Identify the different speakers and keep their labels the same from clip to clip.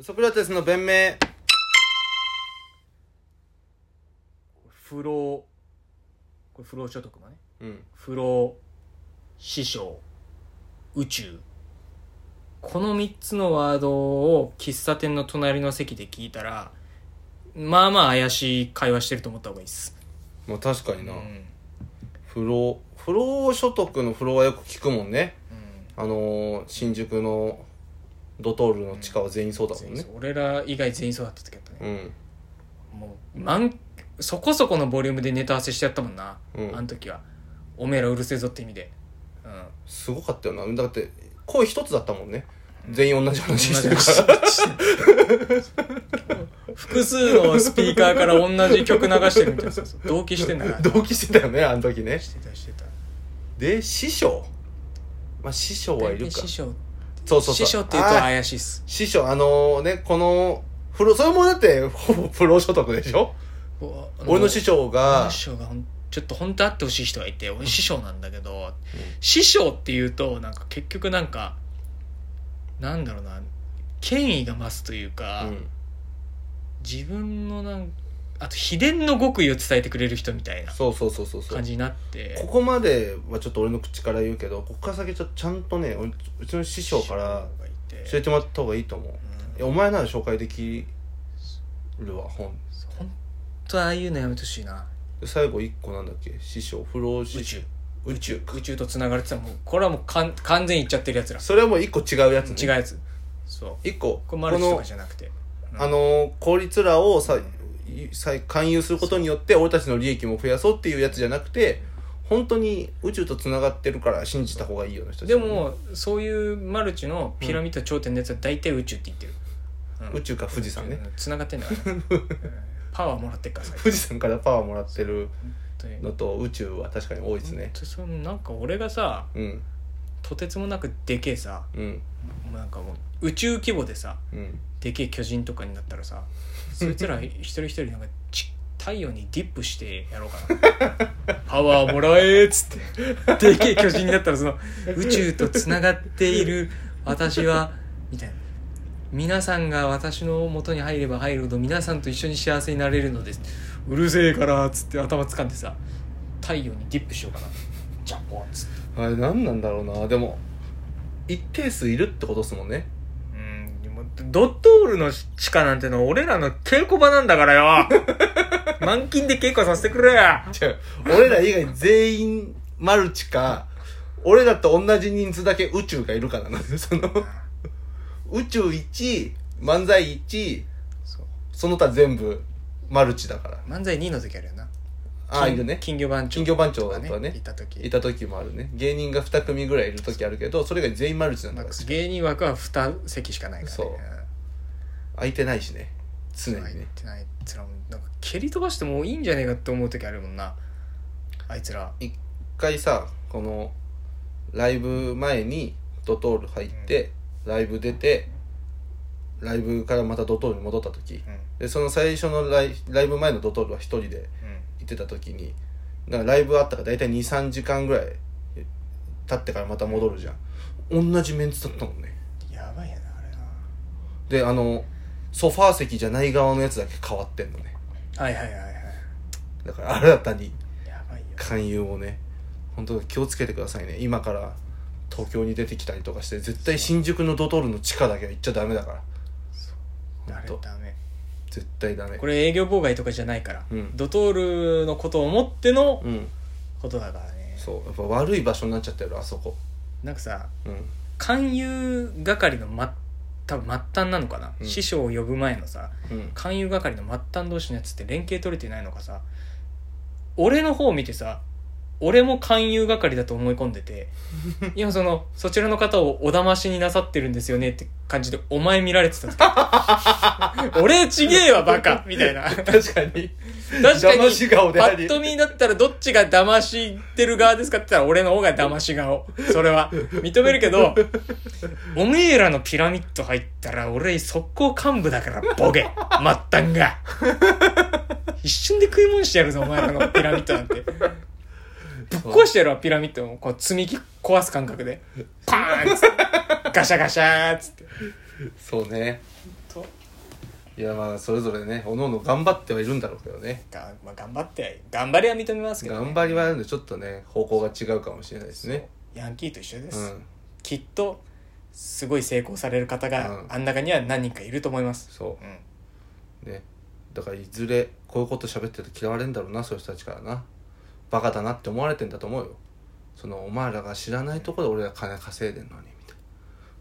Speaker 1: ソクラテスの弁明
Speaker 2: 不老これ不老所得がね
Speaker 1: うん
Speaker 2: 不老師匠宇宙この3つのワードを喫茶店の隣の席で聞いたらまあまあ怪しい会話してると思った方がいいっす、
Speaker 1: まあ確かに
Speaker 2: う
Speaker 1: な、
Speaker 2: ん
Speaker 1: 不老不老所得の不老はよく聞くもんね
Speaker 2: うん
Speaker 1: あのー新宿のドトールの地下は全員そうだもんね
Speaker 2: 俺ら以外全員そうだった時だった
Speaker 1: う
Speaker 2: ね、
Speaker 1: ん
Speaker 2: もう満そこそこのボリュームでネタ合わせしてやったもんな、
Speaker 1: うん
Speaker 2: あの時はおめえらうるせえぞって意味で、うん、
Speaker 1: すごかったよなだって声一つだったもんね全員同じ 話してるか
Speaker 2: 複数のスピーカーから同じ曲流してるみたいなそうそう同期してんだから
Speaker 1: ら同期してたよねあの時ね
Speaker 2: してたしてた
Speaker 1: で師匠まあ師匠はいるか
Speaker 2: 師匠
Speaker 1: そうそうそう
Speaker 2: 師匠って言うと
Speaker 1: あー
Speaker 2: 怪しいっす
Speaker 1: 師匠あのねこのプロそれもだってほぼプロ所得でしょ俺の師
Speaker 2: 匠
Speaker 1: 匠が
Speaker 2: 師匠がほんちょっと本当会ってほしい人がいて俺師匠なんだけど、師匠って言うとなんか結局なんかなんだろうな権威が増すという
Speaker 1: う
Speaker 2: か、
Speaker 1: ん
Speaker 2: 自分のなんあと秘伝の極意を伝えてくれる人みたいな
Speaker 1: そうそうそうそうそう
Speaker 2: 感じになって
Speaker 1: ここまではちょっと俺の口から言うけどここから先ちょっとちゃんとね俺うちの師匠から
Speaker 2: 師匠がいて
Speaker 1: 教えてもらった方がいいと思う
Speaker 2: うん
Speaker 1: いやお前なら紹介できるわ本
Speaker 2: 本当ああいうのやめてほしいな
Speaker 1: で最後一個なんだっけ師匠不老師
Speaker 2: 宇
Speaker 1: 匠
Speaker 2: 宙
Speaker 1: 宇宙か
Speaker 2: 宇宙とつながれてたらもうこれはもうかん完全にいっちゃってるやつら
Speaker 1: それはもう一個違うやつ、
Speaker 2: 違うやつそう
Speaker 1: 一個
Speaker 2: こ
Speaker 1: こ
Speaker 2: れマルチと
Speaker 1: の
Speaker 2: かじゃなくてうん
Speaker 1: あの効率らをさいさ勧誘することによって俺たちの利益も増やそうっていうやつじゃなくて本当に宇宙とつながってるから信じた方がいいような人たち
Speaker 2: でもそういうマルチのピラミッド頂点のやつは大体宇宙って言ってる、
Speaker 1: 宇宙か富士山ね
Speaker 2: つながってんだ から、ねうんパワーもらってっから最近
Speaker 1: 富士山からパワーもらってる
Speaker 2: 本当
Speaker 1: の
Speaker 2: に
Speaker 1: と宇宙は確かに多いですね
Speaker 2: 本当そのなんか俺がさ
Speaker 1: うん
Speaker 2: とてつもなくでけえさ
Speaker 1: うん
Speaker 2: もうなんかもう宇宙規模でさ
Speaker 1: うん
Speaker 2: でけえ巨人とかになったらさそいつら一人一人なんかち太陽にディップしてやろうかなパワーもらえっつってでけえ巨人になったらその宇宙とつながっている私はみたいな皆さんが私の元に入れば入るほど皆さんと一緒に幸せになれるのですうるせえからっつって頭掴んでさ太陽にディップしようかなジャポンっつって
Speaker 1: あれ何なんだろうなでも一定数いるってことですもんね
Speaker 2: うんでもドットールの地下なんてのは俺らの稽古場なんだから よ満勤で稽古させてくれや
Speaker 1: 違う俺ら以外全員マルチか俺らと同じ人数だけ宇宙がいるからなん ですその宇宙1漫才1その他全部マルチだから
Speaker 2: 漫才2の時あるよな
Speaker 1: ああいるね
Speaker 2: 金魚番長
Speaker 1: 金魚番長だったね
Speaker 2: いた時
Speaker 1: いた時もあるね芸人が2組ぐらいいる時あるけどそれが全員マルチなんだから
Speaker 2: 芸人枠は2席しかないから、ね、
Speaker 1: そうん空いてないしね常に
Speaker 2: 入っ
Speaker 1: ね
Speaker 2: てないあいつらもなんか蹴り飛ばしてもういいんじゃねえかって思う時あるもんなあいつら
Speaker 1: 一回さこのライブ前にドトール入って、ライブ出てライブからまたドトールに戻った時
Speaker 2: うん
Speaker 1: でその最初のライライブ前のドトールは一人で行ってた時になんかライブあったから大体23時間ぐらい経ってからまた戻るじゃん同じメンツだったもんね
Speaker 2: うんやばいやなあれな
Speaker 1: であのソファー席じゃない側のやつだけ変わってんのね
Speaker 2: はいはいはいはい
Speaker 1: だから新たに
Speaker 2: やばいよ
Speaker 1: 勧誘をね本当気をつけてくださいね今から東京に出てきたりとかして絶対新宿のドトールの地下だけは行っちゃダメだから
Speaker 2: あれ
Speaker 1: 本当
Speaker 2: ダメ
Speaker 1: 絶対ダメ
Speaker 2: これ営業妨害とかじゃないから、
Speaker 1: うん
Speaker 2: ドトールのことを思っての
Speaker 1: うん
Speaker 2: ことだからね
Speaker 1: そうやっぱ悪い場所になっちゃってるあそこ
Speaker 2: なんかさ
Speaker 1: うん
Speaker 2: 勧誘係の、ま、多分末端なのかな、
Speaker 1: うん
Speaker 2: 師匠を呼ぶ前のさ
Speaker 1: うん
Speaker 2: 勧誘係の末端同士のやつって連携取れてないのかさ俺の方を見てさ俺も勧誘係だと思い込ん でて今そのそちらの方をお騙しになさってるんですよねって感じでお前見られて た時俺ちげえわバカみたいな
Speaker 1: 確かに
Speaker 2: 確かに、
Speaker 1: 騙し顔で
Speaker 2: パ
Speaker 1: あり
Speaker 2: ッと見だったらどっちが騙してる側ですかって言ったら俺の方が騙し顔。それは。認める けど、おめえらのピラミッド入ったら俺速攻幹部だからボケ。末端が。一瞬で食い物してやるぞ、お前らのピラミッドなんて。ぶっ壊してやるわ、ピラミッドを。こう積み木壊す感覚で。パーンっつって。ガシャガシャーっつって。
Speaker 1: そうね
Speaker 2: そう
Speaker 1: いやまあそれぞれねおのおの頑張ってはいるんだろうけどね
Speaker 2: が、まあ、頑張って頑張りは認めますけど、ね、
Speaker 1: 頑張りはあるんでちょっとね方向が違うかもしれないですね
Speaker 2: ヤンキーと一緒で
Speaker 1: う
Speaker 2: す、
Speaker 1: ん
Speaker 2: きっとすごい成功される方が、
Speaker 1: うん
Speaker 2: あん中には何人かいると思います、
Speaker 1: そ
Speaker 2: うん、
Speaker 1: うねだからいずれこういうこと喋ってると嫌われるんだろうなそういう人たちからなバカだなって思われてんだと思うよそのお前らが知らないところで俺ら金稼いでんのにみたいな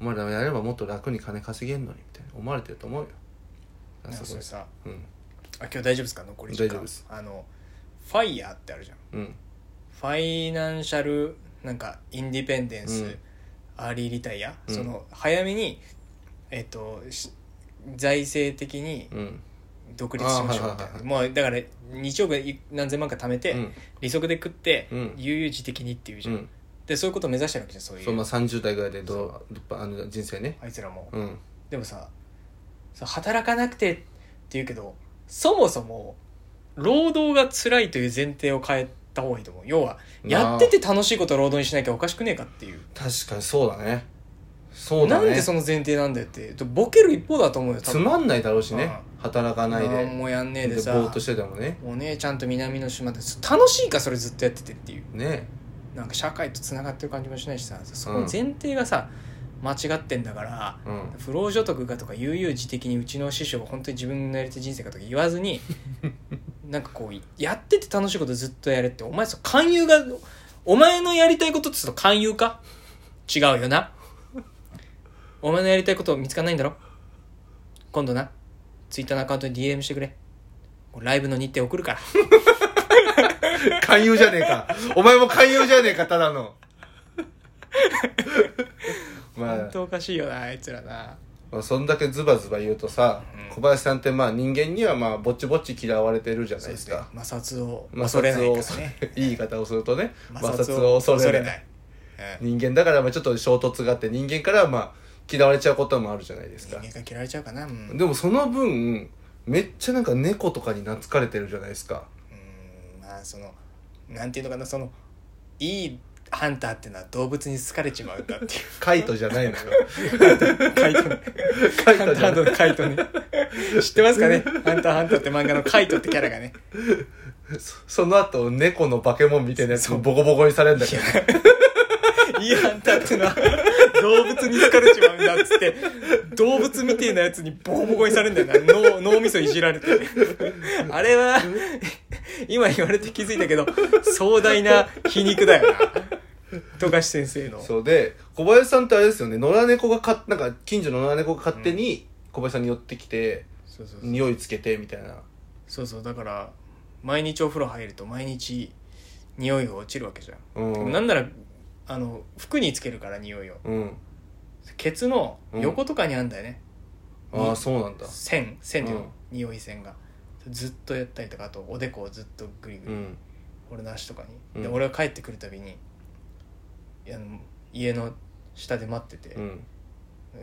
Speaker 1: お前らやればもっと楽に金稼げんのにみたいな思われてると思うよ
Speaker 2: なんかそれさ
Speaker 1: うん
Speaker 2: あ今日大丈夫ですか残り時間
Speaker 1: 大丈夫です
Speaker 2: あのファイヤーってあるじゃん
Speaker 1: うん
Speaker 2: ファイナンシャルなんかインディペンデンス、
Speaker 1: うん
Speaker 2: アーリーリタイア、
Speaker 1: うん
Speaker 2: その早めにえっとし財政的に
Speaker 1: うん
Speaker 2: 独立しましょうみた
Speaker 1: あはい
Speaker 2: い
Speaker 1: はいはい
Speaker 2: なもうだから2億い何千万か貯めて、
Speaker 1: うん
Speaker 2: 利息で食って、
Speaker 1: うん
Speaker 2: 悠々自適にっていうじ
Speaker 1: う
Speaker 2: ゃん、
Speaker 1: ん
Speaker 2: でそういうことを目指してるわけじゃんそういう
Speaker 1: そうまあ30代ぐらいでどうあの人生ね
Speaker 2: あいつらも、
Speaker 1: うん
Speaker 2: でもささ働かなくてって言うけどそもそも労働が辛いという前提を変えた方がいいと思う要はやってて楽しいことを労働にしなきゃおかしくねえかっていう
Speaker 1: 確かにそうだねそうだ
Speaker 2: な
Speaker 1: ね
Speaker 2: んでその前提なんだよってボケる一方だと思うよ多
Speaker 1: つ
Speaker 2: 分
Speaker 1: まんないだろうしね働かない
Speaker 2: 何
Speaker 1: で
Speaker 2: もやんねえで
Speaker 1: でぼ
Speaker 2: さ
Speaker 1: ーっとしててもね
Speaker 2: お姉ちゃんと南の島で楽しいかそれずっとやっててっていう
Speaker 1: ね
Speaker 2: なんか社会とつながってる感じもしないしさそこの前提がさ、間違ってんだから
Speaker 1: うん
Speaker 2: 不労所得がとか悠々自適にうちの師匠が本当に自分のやりたい人生かとか言わ ずになんかこうやってて楽しいことずっとやれってお前そう勧誘がお前のやりたいことって言うと勧誘か違うよなお前のやりたいこと見つかんないんだろ今度なツイッターのアカウントに DM してくれライブの日程送るから
Speaker 1: 勧誘じゃねえかお前も勧誘じゃねえかただのまあ
Speaker 2: 本当おかしいよなあいつらな
Speaker 1: まあそんだけズバズバ言うとさ、
Speaker 2: うん
Speaker 1: 小林さんってまあ人間にはまあぼちぼち嫌われてるじゃない
Speaker 2: そう
Speaker 1: で
Speaker 2: ですすね
Speaker 1: か
Speaker 2: 摩擦を
Speaker 1: 摩
Speaker 2: 恐れない
Speaker 1: 擦を
Speaker 2: から
Speaker 1: 恐れ
Speaker 2: ね
Speaker 1: 言い方をするとね
Speaker 2: 摩
Speaker 1: 摩
Speaker 2: 擦
Speaker 1: 擦
Speaker 2: を
Speaker 1: を
Speaker 2: 恐
Speaker 1: 恐
Speaker 2: れない
Speaker 1: れない
Speaker 2: うん
Speaker 1: 人間だからまあちょっと衝突があって人間からはまあ嫌われちゃうこともあるじゃないです
Speaker 2: 人
Speaker 1: か
Speaker 2: 間が嫌われちゃうかなうん
Speaker 1: でもその分めっちゃなんか猫とかに懐かれてるじゃないですか
Speaker 2: うーんまあそのなんていうのかなそのいいハンターっていうのは動物に好かれちまうんだってい
Speaker 1: カイトじゃ ないのよ
Speaker 2: うカイト ね
Speaker 1: カイ
Speaker 2: ハン
Speaker 1: ト
Speaker 2: タ
Speaker 1: じゃ
Speaker 2: ー
Speaker 1: ない
Speaker 2: のカイトね知ってますかね「ハンターハンター」って漫画のカイトってキャラがね
Speaker 1: そその後猫の化け物みたいなやつもボコボコにされるんだけど
Speaker 2: いいハンターっていうのは動物に好かれちまうんだっつって動物みてえなやつにボコボコにされるんだよな脳脳みそいじられてあれは 今言われて気づいたけど壮大な皮肉だよな富樫先生の
Speaker 1: そうで小林さんってあれですよね野良猫がかなんか近所の野良猫が勝手に小林さんに寄ってきて、
Speaker 2: そうそうそう
Speaker 1: 匂いつけてみたいな
Speaker 2: そうそうだから毎日お風呂入ると毎日匂いが落ちるわけじゃん、
Speaker 1: うん
Speaker 2: でもなんならあの服につけるから匂いを
Speaker 1: うん
Speaker 2: ケツの横とかにあんだよね、
Speaker 1: あ
Speaker 2: う
Speaker 1: あ
Speaker 2: ん
Speaker 1: そうなんだ
Speaker 2: 線線で、う
Speaker 1: うん
Speaker 2: 匂い線がずっとやったりとかあとおでこをずっとグリグ
Speaker 1: う
Speaker 2: リ、
Speaker 1: ん
Speaker 2: 俺の足とかに、
Speaker 1: うん
Speaker 2: で俺が帰ってくるたびにいやあの家の下で待ってて、
Speaker 1: うん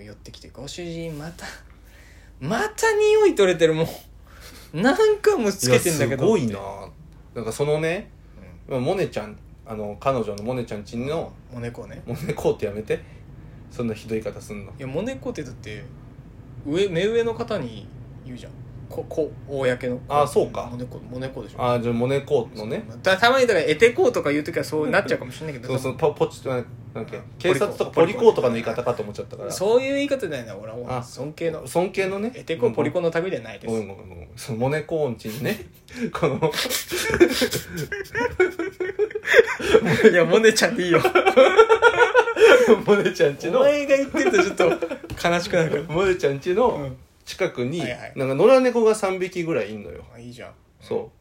Speaker 2: 寄ってきて「ご主人また また匂い取れてるもう何回もつけてんだけど」
Speaker 1: いやすごいななんかそのね
Speaker 2: うん
Speaker 1: まあモネちゃんあの彼女のモネちゃんちの
Speaker 2: お猫ね
Speaker 1: モネコってやめてそんなひどい言い方すんの
Speaker 2: いやモネコってだって上目上の方に言うじゃんここ公の
Speaker 1: あそうか
Speaker 2: モネコモネコでしょ
Speaker 1: ああじゃあモネコのね
Speaker 2: たたまにだからエテコとか言う時はそうなっちゃうかもしれないけど
Speaker 1: そうそうポポチなんだっけ警察とか
Speaker 2: ポ
Speaker 1: ポ
Speaker 2: リ
Speaker 1: リ
Speaker 2: コ
Speaker 1: コとかの言い方かと思っちゃったから
Speaker 2: そういう言い方じゃないな俺はもう
Speaker 1: あ
Speaker 2: 尊敬の
Speaker 1: 尊敬のね
Speaker 2: エテコポリコの類ではないで
Speaker 1: ごめん
Speaker 2: す
Speaker 1: ごめんごめんそのモネコーンチにね この
Speaker 2: いやモネちゃんでい いよ
Speaker 1: モネちゃんち
Speaker 2: お
Speaker 1: の
Speaker 2: 前が言ってるとちょっと悲しくな るか
Speaker 1: モネちゃんち
Speaker 2: らう
Speaker 1: の
Speaker 2: ん
Speaker 1: 近くに
Speaker 2: はいはい
Speaker 1: なんか野良猫が3匹ぐらいいんのよ
Speaker 2: あいいじゃん
Speaker 1: そ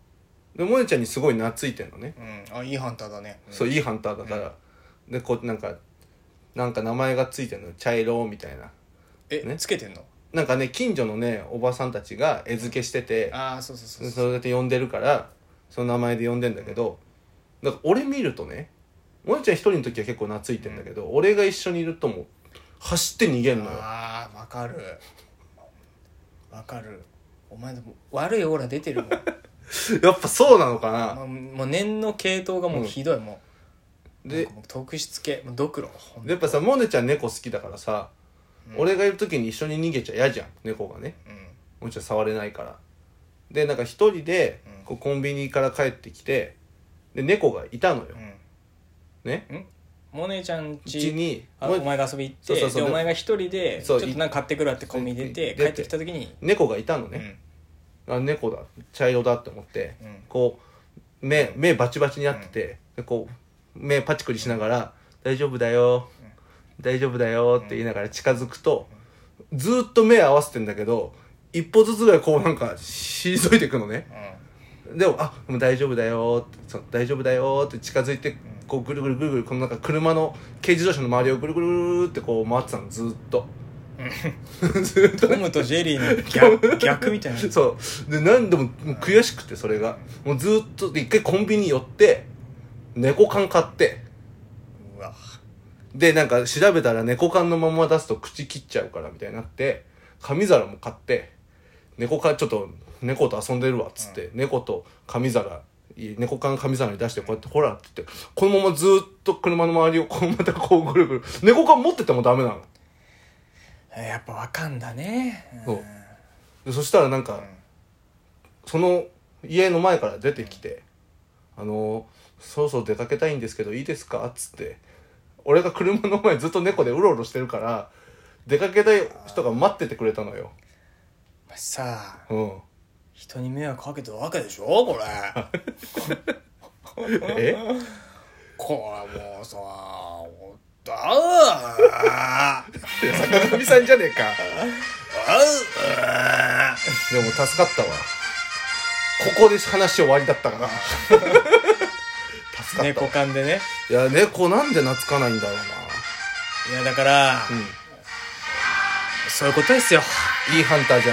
Speaker 1: うでモネちゃんにすごい懐いてんのね
Speaker 2: うんあいいハンターだね
Speaker 1: そういいハンターだからでこうなんかなんか名前がついてんのよ茶色みたいな
Speaker 2: え、
Speaker 1: ね
Speaker 2: つけてんの
Speaker 1: なんかね近所のねおばさんたちが餌付けしてて
Speaker 2: ああそうそうそうそう
Speaker 1: それで呼んでるからその名前で呼んでんだけど、だから俺見るとねもえちゃん一人の時は結構懐いてんだけど、俺が一緒にいるともう走って逃げんのよ
Speaker 2: ああわかるわかるお前でも悪いオーラ出てるもん
Speaker 1: やっぱそうなのか
Speaker 2: ま
Speaker 1: な
Speaker 2: あ、もう念の系統がもうひどい、もう
Speaker 1: で
Speaker 2: なんかもう特質系もうドクロほんと
Speaker 1: やっぱさモネちゃん猫好きだからさ俺がいる時に一緒に逃げちゃ嫌じゃん猫がね
Speaker 2: うん
Speaker 1: もちろん触れないからでなんか一人で
Speaker 2: うん
Speaker 1: こうコンビニから帰ってきてで猫がいたのよ
Speaker 2: うん
Speaker 1: ね
Speaker 2: モネちゃん
Speaker 1: う
Speaker 2: ち
Speaker 1: ちに
Speaker 2: あ
Speaker 1: も
Speaker 2: お
Speaker 1: う
Speaker 2: 前が遊び行って
Speaker 1: そうそうそう
Speaker 2: でお前が一人でち
Speaker 1: そ
Speaker 2: ょ
Speaker 1: う
Speaker 2: っとなんか買ってくるわってコンビニ出て
Speaker 1: い
Speaker 2: 帰ってきた時に、
Speaker 1: 猫がいたのね、あ猫だ茶色だって思って、
Speaker 2: うん
Speaker 1: こう目目バチバチになってて、でこう目パチクリしながら「大丈夫だよ、大丈夫だよ」って言いながら近づくと、ずーっと目合わせてんだけど一歩ずつぐらいこうなんか退いていくのね
Speaker 2: うんうん
Speaker 1: でも「あもう大丈夫だよ」ってそう「大丈夫だよ」って近づいてこうぐるぐるぐるぐるこのなんか車の軽自動車の周りをぐるぐるぐるぐるってこう回ってたのずーっとずーっと
Speaker 2: トムとジェリーの 逆逆みたいな
Speaker 1: そう。で、何度ももう悔しくて、それが。もうずーっと、で一回コンビニ寄って、猫缶買って、
Speaker 2: うわ
Speaker 1: で、なんか調べたら猫缶のまま出すと口切っちゃうから、みたいになって、紙皿も買って、猫缶、ちょっと、猫と遊んでるわ、つって、猫と紙皿、い猫缶紙皿に出して、こうやって、ほら、って言って、このままずーっと車の周りを、こう、またこう、ぐるぐる。猫缶持っててもダメなの。
Speaker 2: やっぱわかんだねう
Speaker 1: そ
Speaker 2: ん
Speaker 1: うでそしたらなんか、その家の前から出てきて「あのそろそろ出かけたいんですけどいいですか?」っつって俺が車の前ずっと猫でうろうろしてるから出かけたい人が待っててくれたのよ。
Speaker 2: まあさあ
Speaker 1: うん、
Speaker 2: 人に迷惑かけてるわけでしょこ れ
Speaker 1: え
Speaker 2: これもうさおだあ
Speaker 1: 坂上さんじゃねえか
Speaker 2: あ
Speaker 1: でも助かったわここで話終わりだったから 助 かった
Speaker 2: 猫缶でね
Speaker 1: いや猫なんで懐かないんだろうない
Speaker 2: やだから、
Speaker 1: う
Speaker 2: そういうことですよ
Speaker 1: んいいハンターじゃ